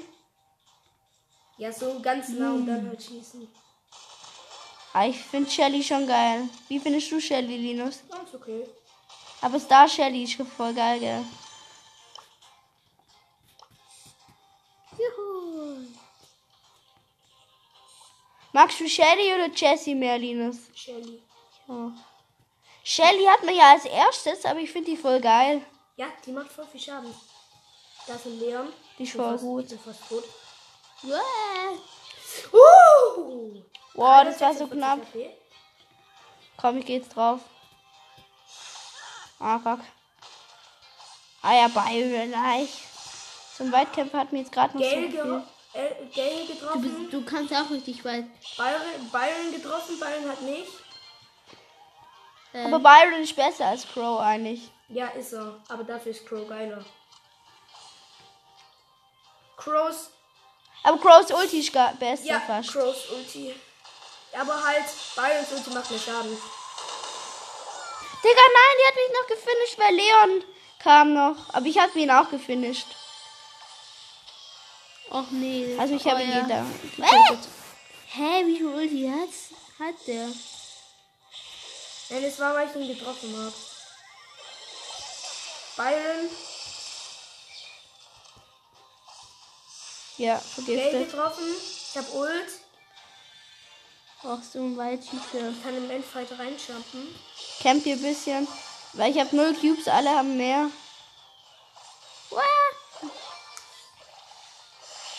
A: Ja, so ganz nah und dann halt schießen.
B: Ah, ich finde Shelly schon geil. Wie findest du Shelly, Linus?
A: Ja, ist okay.
B: Aber Star Shelly ist schon voll geil, gell?
C: Juhu.
B: Magst du Shelly oder Jessie mehr, Linus?
A: Shelly.
B: Ja. Shelly hat man ja als erstes, aber ich finde die voll geil.
A: Ja, die macht voll viel Schaden. Da ist ein Leon.
B: Die ist
A: Ich bin
B: voll
A: fast-
B: gut.
A: Ich bin fast tot.
C: Wow.
A: Uh!
B: Wow, Ah, das war so
A: 46
B: knapp.
A: HP.
B: Komm, ich geh jetzt drauf. Ah, fuck. Ah ja, Beileich. Zum Weitkämpfer hat mir jetzt gerade noch so
A: Gale,
B: gefehlt.
A: ge äh, Gale
C: Du,
A: getroffen.
C: bist, du kannst auch richtig weit.
A: Byron, Byron getroffen. Byron hat nicht.
C: Ähm,
B: Aber Byron ist besser als Crow eigentlich.
A: Ja, ist er. Aber dafür ist Crow geiler. Crows.
B: Aber Crows Ulti ist gar- besser
A: Ja,
B: fast.
A: Crows Ulti. Aber halt, Byrons Ulti macht mehr Schaden.
B: Digga, nein, die hat mich noch gefinisht, weil Leon kam noch. Aber ich hab ihn auch gefinisht.
C: Och nee.
B: Also ich habe
A: Oh,
B: ihn
C: Euer-
B: jeder.
A: Ah!
C: Hä, wie viel Ulti hat, hat der?
A: Nein, es war, weil ich ihn getroffen habe. Byron,
B: Ja,
A: Gale
B: vergiftet.
A: getroffen. Ich hab Ult.
C: Auch so ein Weitschießer.
A: Ich kann im Endfight reinjumpen.
B: Camp hier ein bisschen. Weil ich habe null Cubes, alle haben mehr.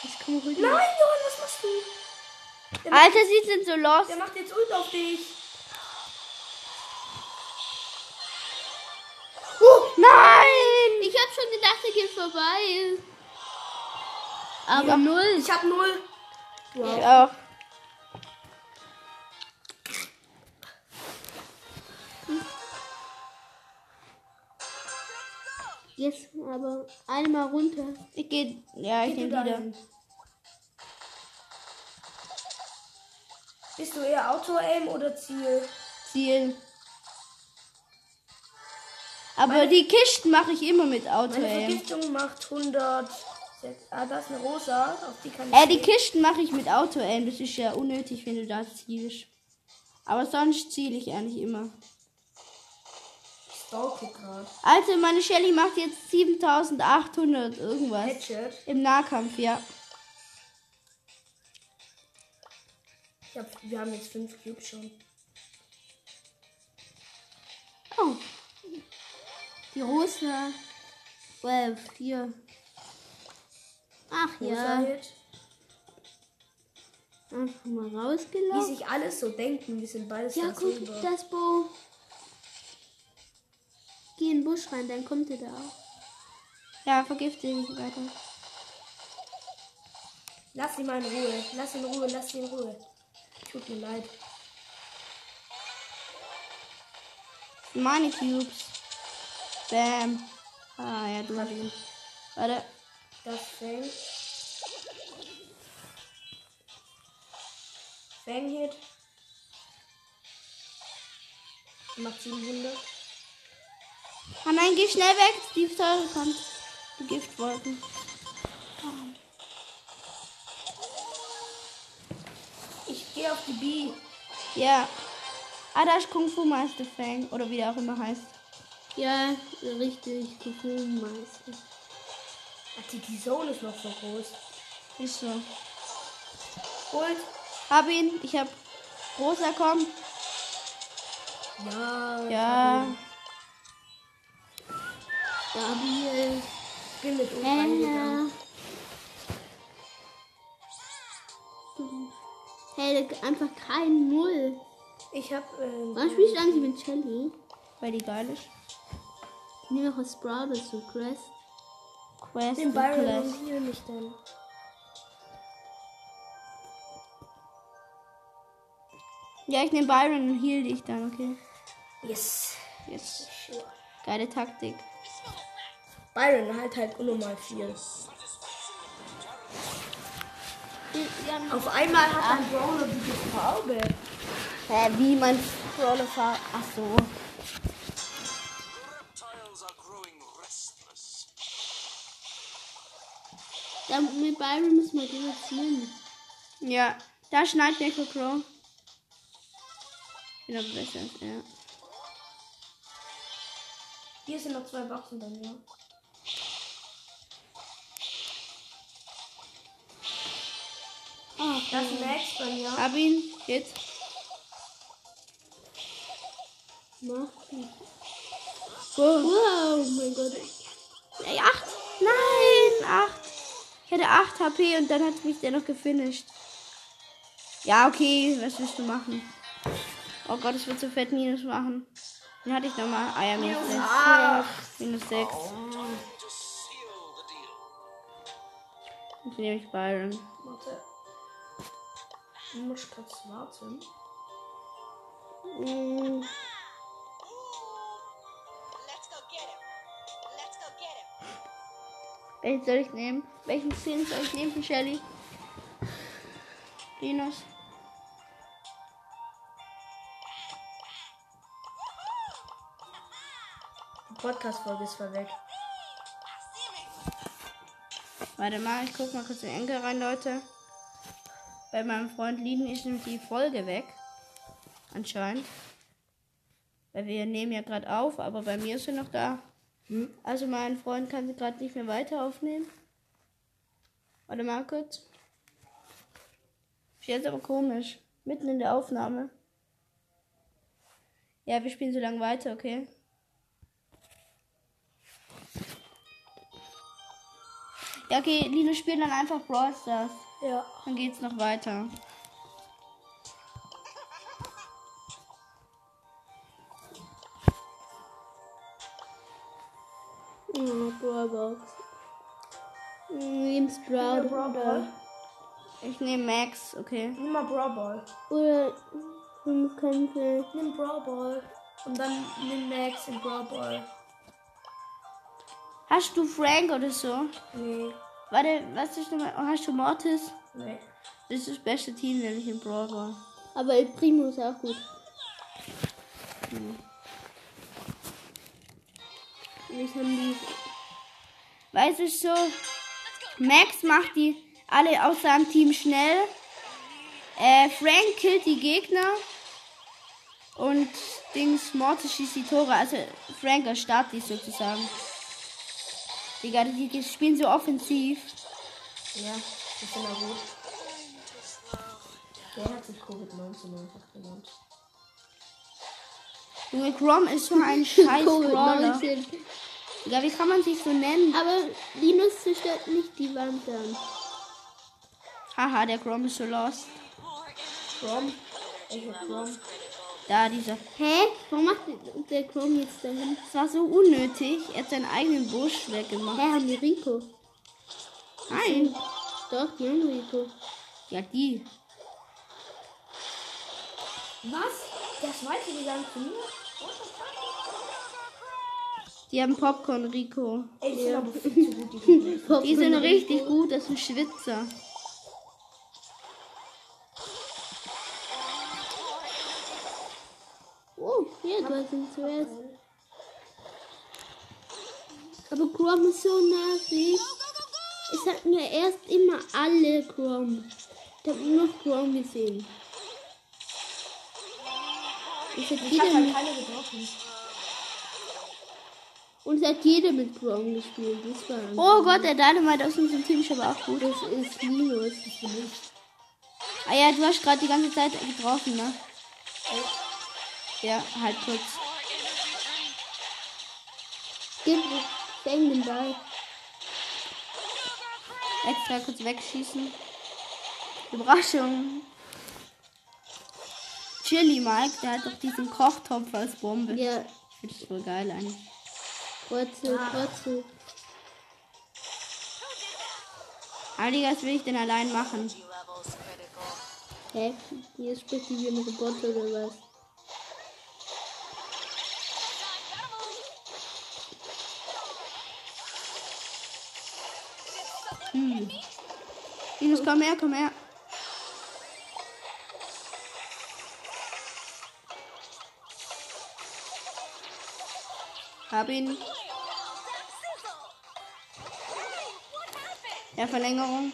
C: Ich komme
A: Nein,
C: rüber.
A: Johann, was machst du?
B: Alter, sie sind so lost.
A: Der macht jetzt Ult auf dich.
B: Oh, Nein!
C: Ich hab schon gedacht, er geht vorbei. Aber null.
A: Ich hab null.
B: Ich auch.
C: Jetzt aber einmal runter.
B: Ich gehe. Ja, ich
A: Geh du
B: nehme
A: da
B: wieder.
A: hin. Bist du eher Auto-Aim oder Ziel?
B: Ziel. Aber die Kisten mache ich immer mit Auto,
A: Meine
B: ey.
A: Vergiftung macht 100. Ah, das ist eine rosa. Auf die kann ich.
B: Äh, die
A: gehen.
B: Kisten mache ich mit Auto, ey. Das ist ja unnötig, wenn du da zielst. Aber sonst ziele ich eigentlich immer.
A: Ich stalke gerade.
B: Also, meine Shelly macht jetzt 7800 irgendwas.
A: Headshot.
B: Im Nahkampf, ja.
A: Ich hab, wir haben jetzt 5 Cubes schon.
C: Oh. Die Rosa. Well, vier. Ach
A: Rosa
C: ja.
A: Hit.
C: Einfach mal
A: Wie
C: rausgelaufen.
A: sich alles so denken. Wir sind beides
C: Ja,
A: ganz
C: guck,
A: über.
C: das Bo. Geh in den Busch rein, dann kommt er da auch.
B: Ja, vergifte ihn weiter.
A: Lass ihn mal in Ruhe. Lass ihn in Ruhe. Lass ihn in Ruhe. Tut mir leid.
B: Meine Cubes. Bam. Ah, ja, du hast ihn. Warte.
A: Das Fang. Fang Hit. Macht 700.
B: Ah nein, geh schnell weg. Die Säure kommt. Die Giftwolken.
A: Ich gehe auf die B.
B: Ja. Ah, da ist Kung Fu Meister Fang. Oder wie der auch immer heißt.
C: Ja, richtig. Gefühlmeister.
A: Ach, die, die Zone ist noch so groß.
B: Ist so.
A: Und?
B: Hab ihn. Ich hab. Rosa, komm.
A: Ja.
B: Ja.
C: Gabriel.
A: Ich bin mit uns reingegangen.
C: Hella. Hey, einfach kein Null.
A: Ich hab. Ähm,
C: Wann spielst du eigentlich mit Shelly?
B: Weil die geil ist.
C: Nimm doch aus Sprout oder so, Crest.
B: Quest
A: den
B: und
A: Byron
B: Clash.
A: und hier nicht dann.
B: Ja, ich nehme Byron und heal dich dann, okay.
A: Yes.
B: Jetzt.
A: Sure.
B: Geile Taktik.
A: Byron halt halt unnormal viel. Auf einmal hat ein Brawler die Farbe.
B: Hä, wie mein Brawler fahr. Ach so.
D: Reptiles are growing restless.
C: Dann mit Byron müssen wir reduzieren.
B: Ja. Da schneit der Crow. Ich bin aber besser, ja.
A: Hier sind noch zwei Boxen dann, ja. Das ist Max bei mir.
B: Hab ihn. Jetzt. Wow.
C: Wow, Oh mein Gott.
B: Ey, acht. Nein, acht. Ich hatte acht HP und dann hat mich der noch gefinisht. Ja, okay, was willst du machen? Oh Gott, ich will zu fett Minus machen. Den hatte ich nochmal. Ah ja, minus Oh. sechs. Minus sechs.
D: To seal the deal.
B: Jetzt nehme ich Byron.
A: Warte. Ich muss kurz warten.
E: Let's go get him. Let's go get him.
B: Welchen soll ich nehmen? Welchen Skin soll ich nehmen für Shelly? Linus.
A: Die Podcast-Folge ist verweckt.
B: Warte mal, ich guck mal kurz in den Enkel rein, Leute. Bei meinem Freund Lin ist nämlich die Folge weg. Anscheinend. Weil wir nehmen ja gerade auf, aber bei mir ist sie noch da. Also mein Freund kann sie gerade nicht mehr weiter aufnehmen. Warte mal kurz. Ist jetzt aber komisch. Mitten in der Aufnahme. Ja, wir spielen so lange weiter, okay? Ja, okay, Linus spielt dann einfach Brawl Stars.
A: Ja.
B: Dann geht's noch weiter.
C: Oh, Brawlbox. Hm, Nimm Sprout.
A: Brawl Ball.
B: Ich nehme Max, okay.
A: Nimm mal Brawl Ball.
C: Oder man könnte.
A: Nimm Brawl Ball. Und dann nimm Max in Brawl Ball.
B: Hast du Frank oder so?
A: Nee.
B: Warte, was ist nochmal? Oh, hast du Mortis?
A: Nee.
B: Das ist das beste Team, nämlich im Brawl Ball.
C: Aber El Primo ist auch gut.
B: Ich nehme die. Weißt du so? Max macht die alle aus seinem Team schnell. Äh, Frank killt die Gegner. Und Dings Mortis schießt die Tore. Also Frank erstarrt die sozusagen. Digga, die die spielen so offensiv.
A: Ja. Ich bin mal gut. Der hat sich Covid-19 einfach genannt.
B: Junge, Grom ist so ein scheiß Brawler.
C: Covid-19.
B: Ja, wie kann man sich so nennen?
C: Aber Linus zerstört nicht die Wand dann.
B: Haha, der Grom ist so lost.
A: Grom. Ich hab Grom.
B: Da, dieser.
C: Hä? Warum macht der Chrome jetzt dahin?
B: Das war so unnötig. Er hat seinen eigenen Busch
C: Hä,
B: weggemacht.
C: haben die Rico?
B: Nein.
C: Doch, die haben Rico.
B: Ja, die.
A: Was? Der zweite Gesang zu mir?
B: Die haben Popcorn, Rico.
A: Ey, die sind aber viel zu gut, die Gegner.
B: Die sind richtig gut. Das sind Schwitzer.
C: Oh, ja, du hast ihn zuerst. Aber Chrome ist so nervig. Es hatten ja erst immer alle Chrome. Ich habe nur noch Chrome gesehen. Und es, hat
A: Ich hab
C: jeder
A: halt
C: mit,
A: keine getroffen.
C: und es hat jeder mit Chrome gespielt. Das war
B: halt- Oh Gott, der Dynamite aus unserem Team ist aber auch gut.
C: Das ist Linus.
B: Ah ja, du hast gerade die ganze Zeit getroffen, ne? Ja, halt kurz.
C: Gib, denk den Ball.
B: Extra kurz wegschießen. Überraschung. Chili Mike, der hat doch diesen Kochtopf als Bombe.
C: Ja,
B: Finde ich voll geil eigentlich.
C: Wurzel, Wurzel.
B: Aber Digga, was will ich denn allein machen?
E: Levels critical.
C: Hä? Hier spricht die wie ein Roboter oder was?
B: Linus, Hm. komm her, komm her. Hab ihn. Ja, Verlängerung.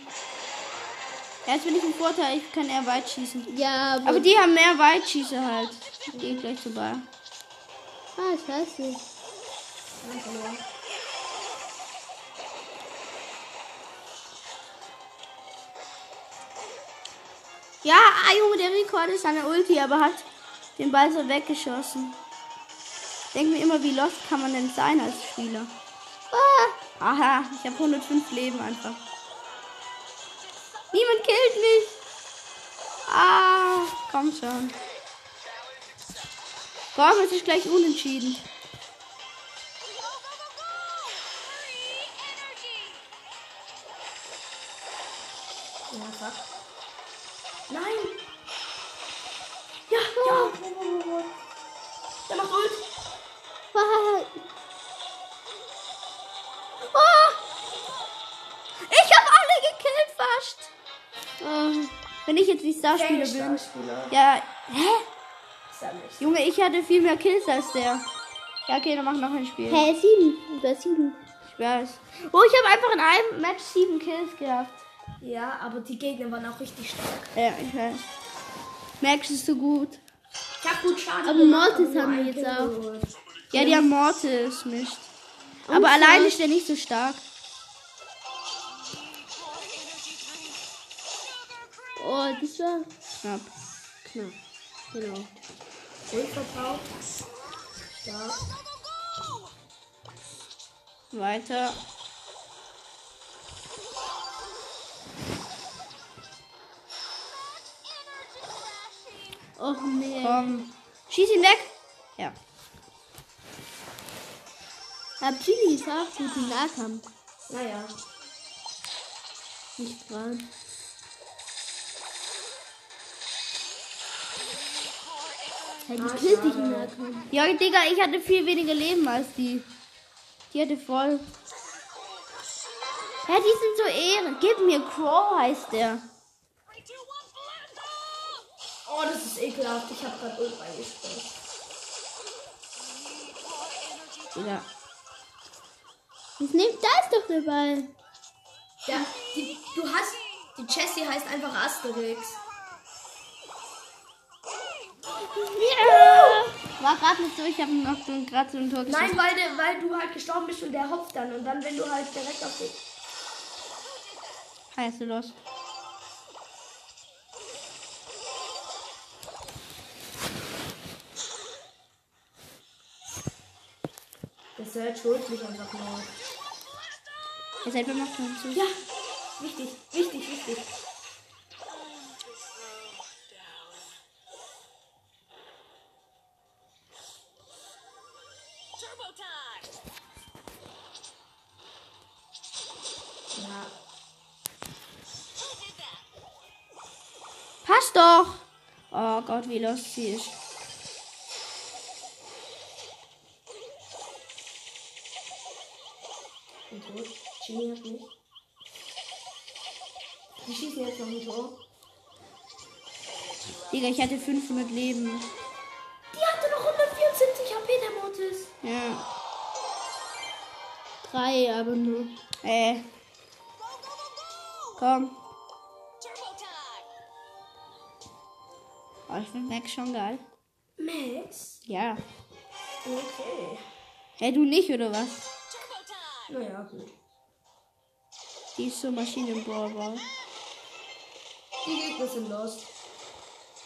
B: Ja, Jetzt bin ich im Vorteil, ich kann eher weit schießen.
C: Ja, aber.
B: Aber die haben mehr Weitschieße halt. Ich geh gleich zu Ball.
C: ah, scheiße.
B: Ja, ah, Junge, der Rico hatte seine Ulti, aber hat den Ball so weggeschossen. Denk mir immer, wie lost kann man denn sein als Spieler? Ah, aha, ich habe 105 Leben einfach. Niemand killt mich. Ah, komm schon. Komm, es ist gleich unentschieden.
A: Ja, fuck. Nein! Ja, ja! Der macht Ult!
C: Ah,
B: Oh. Ich habe alle gekillt fast. Ähm, wenn ich jetzt die Starspieler bin.
A: Starspieler.
B: Ja, hä?
A: Sammlich.
B: Junge, ich hatte viel mehr Kills als der. Ja, okay, dann mach noch ein Spiel.
C: Hä, sieben. Über sieben.
B: Ich weiß. Oh, ich habe einfach in einem Match sieben Kills gehabt.
A: Ja, aber die Gegner waren auch richtig stark.
B: Ja, ich weiß. Max ist so gut.
A: Ich hab gut Schaden
C: Aber Mortis haben wir jetzt auch.
B: Ja, die haben Mortis nicht. Aber allein ist der nicht so stark.
C: Oh, das war.
B: Knapp.
C: Knapp. Genau.
A: Ult verbraucht. Stark.
B: Weiter.
C: Och nee.
B: Komm. Ähm, Schieß ihn weg. Ja.
C: Aber Chili ist auch gut im Nahkampf.
A: Naja.
C: Nicht dran. Hey, die killt dich im Nahkampf.
B: Ja, Digga, ich hatte viel weniger Leben als die. Die hatte voll. Ja, die sind so Ehre. Gib mir Crow heißt der.
A: Oh, das ist ekelhaft. Ich hab grad Ult reingestellt.
B: Digga.
C: Das nimmt, da ist doch der Ball.
A: Ja, die, du hast. Die Jessie heißt einfach Asterix.
B: Ja. War gerade nicht so, ich habe noch so gerade so ein Tor geschossen.
A: Nein, weil, der, weil du halt gestorben bist und der hopft dann. Und dann, wenn du halt direkt auf den.
B: Heißt du los?
A: Der Search holt mich einfach mal.
B: Ihr seid immer noch zu.
A: Ja, wichtig, wichtig, wichtig.
E: Turbo time.
A: Ja,
E: Who did that?
B: Passt doch! Oh Gott, wie lost sie ist.
A: ein Tor. Jimmy hat mich. Die schießen jetzt noch ein Tor.
B: Digga, ich hatte 500 Leben.
A: Die hatte noch 174 HP, der Mortis.
B: Ja.
C: Drei, aber nur.
B: Äh,
E: Go, go, go, go!
B: komm.
E: Turbo time.
B: Oh, ich bin Max schon geil.
A: Max?
B: Ja.
A: Okay.
B: Hey, du nicht, oder was?
E: Turbo time.
A: Naja, gut.
B: Die ist so Maschine im Ballball.
A: Die Gegner sind lost.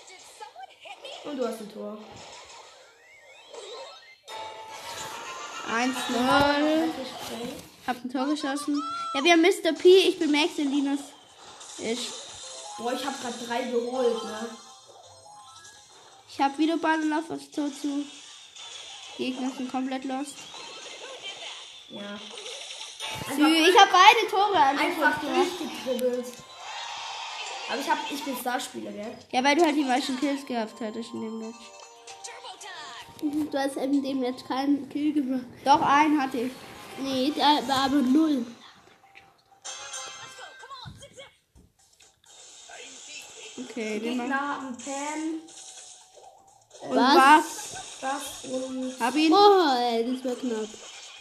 E: Did someone hit me?
A: Und du hast ein Tor.
B: 1-0.
C: Oh,
A: Hat gesprengt.
B: Hab ein Tor geschossen. Ja, wir haben Mr. P. Ich bin Max und Linus. Ich.
A: Boah, ich hab grad drei geholt, ne?
B: Ich Ich habe wieder Ballenlauf aufs Tor zu. Gegner sind komplett lost.
A: Ja. Also,
B: Sü, ich habe beide Tore an dem
A: Einfach
B: Tag gemacht.
A: durchgetribbelt. Aber ich, hab, ich bin Starspieler, gell?
B: Ja, weil du halt die meisten Kills gehabt hattest in dem Match.
E: Turbo time.
C: Mhm, Du hast eben dem jetzt keinen Kill gemacht.
B: Doch, einen hatte ich.
C: Nee, da war aber null.
E: Let's go. Come on. Zip, zip.
B: Okay, den
A: Gegner
B: mal.
A: haben Pam,
B: Und was?
A: das und,
B: Hab ihn.
C: Oh, ey, das war knapp.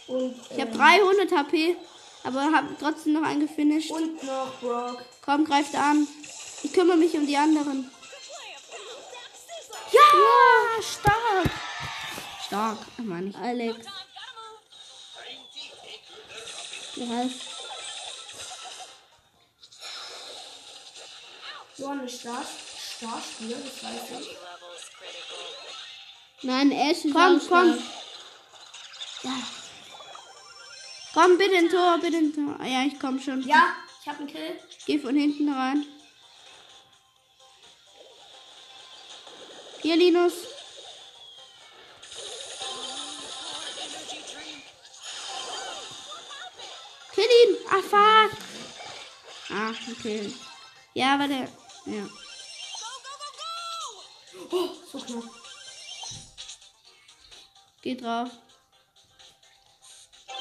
A: und,
B: Ich habe
A: ähm,
B: 300 HP, aber habe trotzdem noch einen gefinisht.
A: und noch Brock.
B: Komm, greift an. Ich kümmere mich um die anderen.
E: Good player. Pound, zap,
B: Ja,
E: sizzle.
B: stark. Stark. Ach, Mann, ich Alex.
E: Time. Gotta move.
C: Krass.
A: So eine Star Starspieler, das weiß ich.
E: Levels critical.
C: Nein, Ash ist
B: Komm,
C: auch
B: komm.
C: stark.
B: Komm, bitte ein Tor, bitte ein Tor. Ah, Ja, ich komm schon.
A: Ja, ich hab einen Kill.
B: Geh von hinten rein. Hier, Linus. Kill ihn. Ah, fuck. Ah, okay. Ja, aber der... Ja.
E: Go, go, go, go.
A: Oh, so knapp.
B: Geh drauf.
E: Birdie,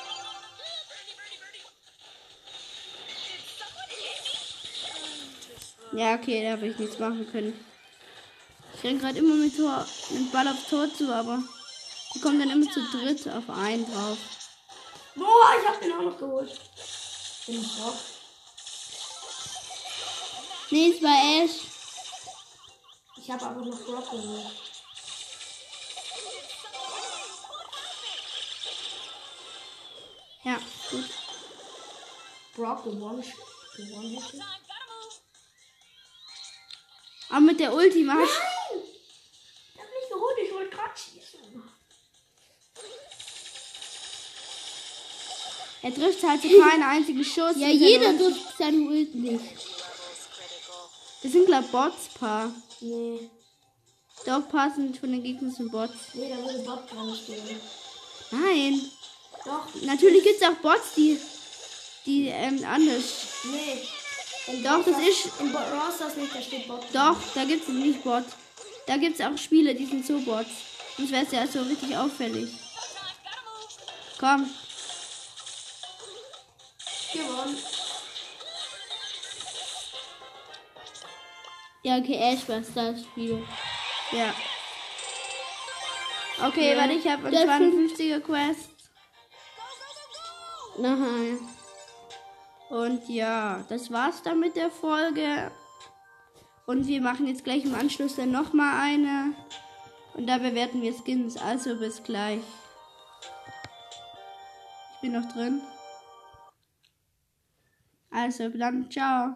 E: birdie, birdie. Did someone hit me?
B: Ja, okay, da habe ich nichts machen können. Ich renn gerade immer mit, Tor, mit Ball auf Tor zu, aber die kommen dann immer zu dritt auf einen drauf.
A: Boah, ich hab den auch noch geholt. Den Brock.
C: Nee, es war Ash.
A: Ich hab aber noch Brock geholt.
B: Ja, gut.
A: Brock gewonnen. gewonnen hätte.
E: Time. Gotta move.
B: Aber mit der Ulti mach ich.
A: Nein! Ich hab nicht geholt, ich wollte gerade schießen.
B: Er trifft halt so keinen einzigen Schuss.
C: Ja,
B: Und
C: jeder
B: dann-
C: tut seinen Ult nicht.
B: Das sind glaub Bots, paar.
A: Nee,
B: Doch, paar sind von den Gegnern zu Bots.
A: nee, da würde Bob dran stehen.
B: Nein.
A: Doch,
B: Natürlich gibt's auch Bots, die. die ähm, anders.
A: nee. In
B: Doch, das ist.
A: In Bo- Brawl Stars nicht, da steht Bob dran.
B: Doch, da gibt's nicht Bots. Da gibt's auch Spiele, die sind so Bots. Sonst wär's ja so richtig auffällig.
E: Time. Gotta move.
B: Komm.
A: Gewonnen.
C: Ja, okay, Ash war Starspieler.
B: Ja. Okay, warte, ich habe
C: Der
B: einen 52er Quest.
C: Aha.
B: Und ja, das war's dann mit der Folge. Und wir machen jetzt gleich im Anschluss dann nochmal eine. Und da bewerten wir Skins. Also bis gleich. Ich bin noch drin. Also dann, ciao.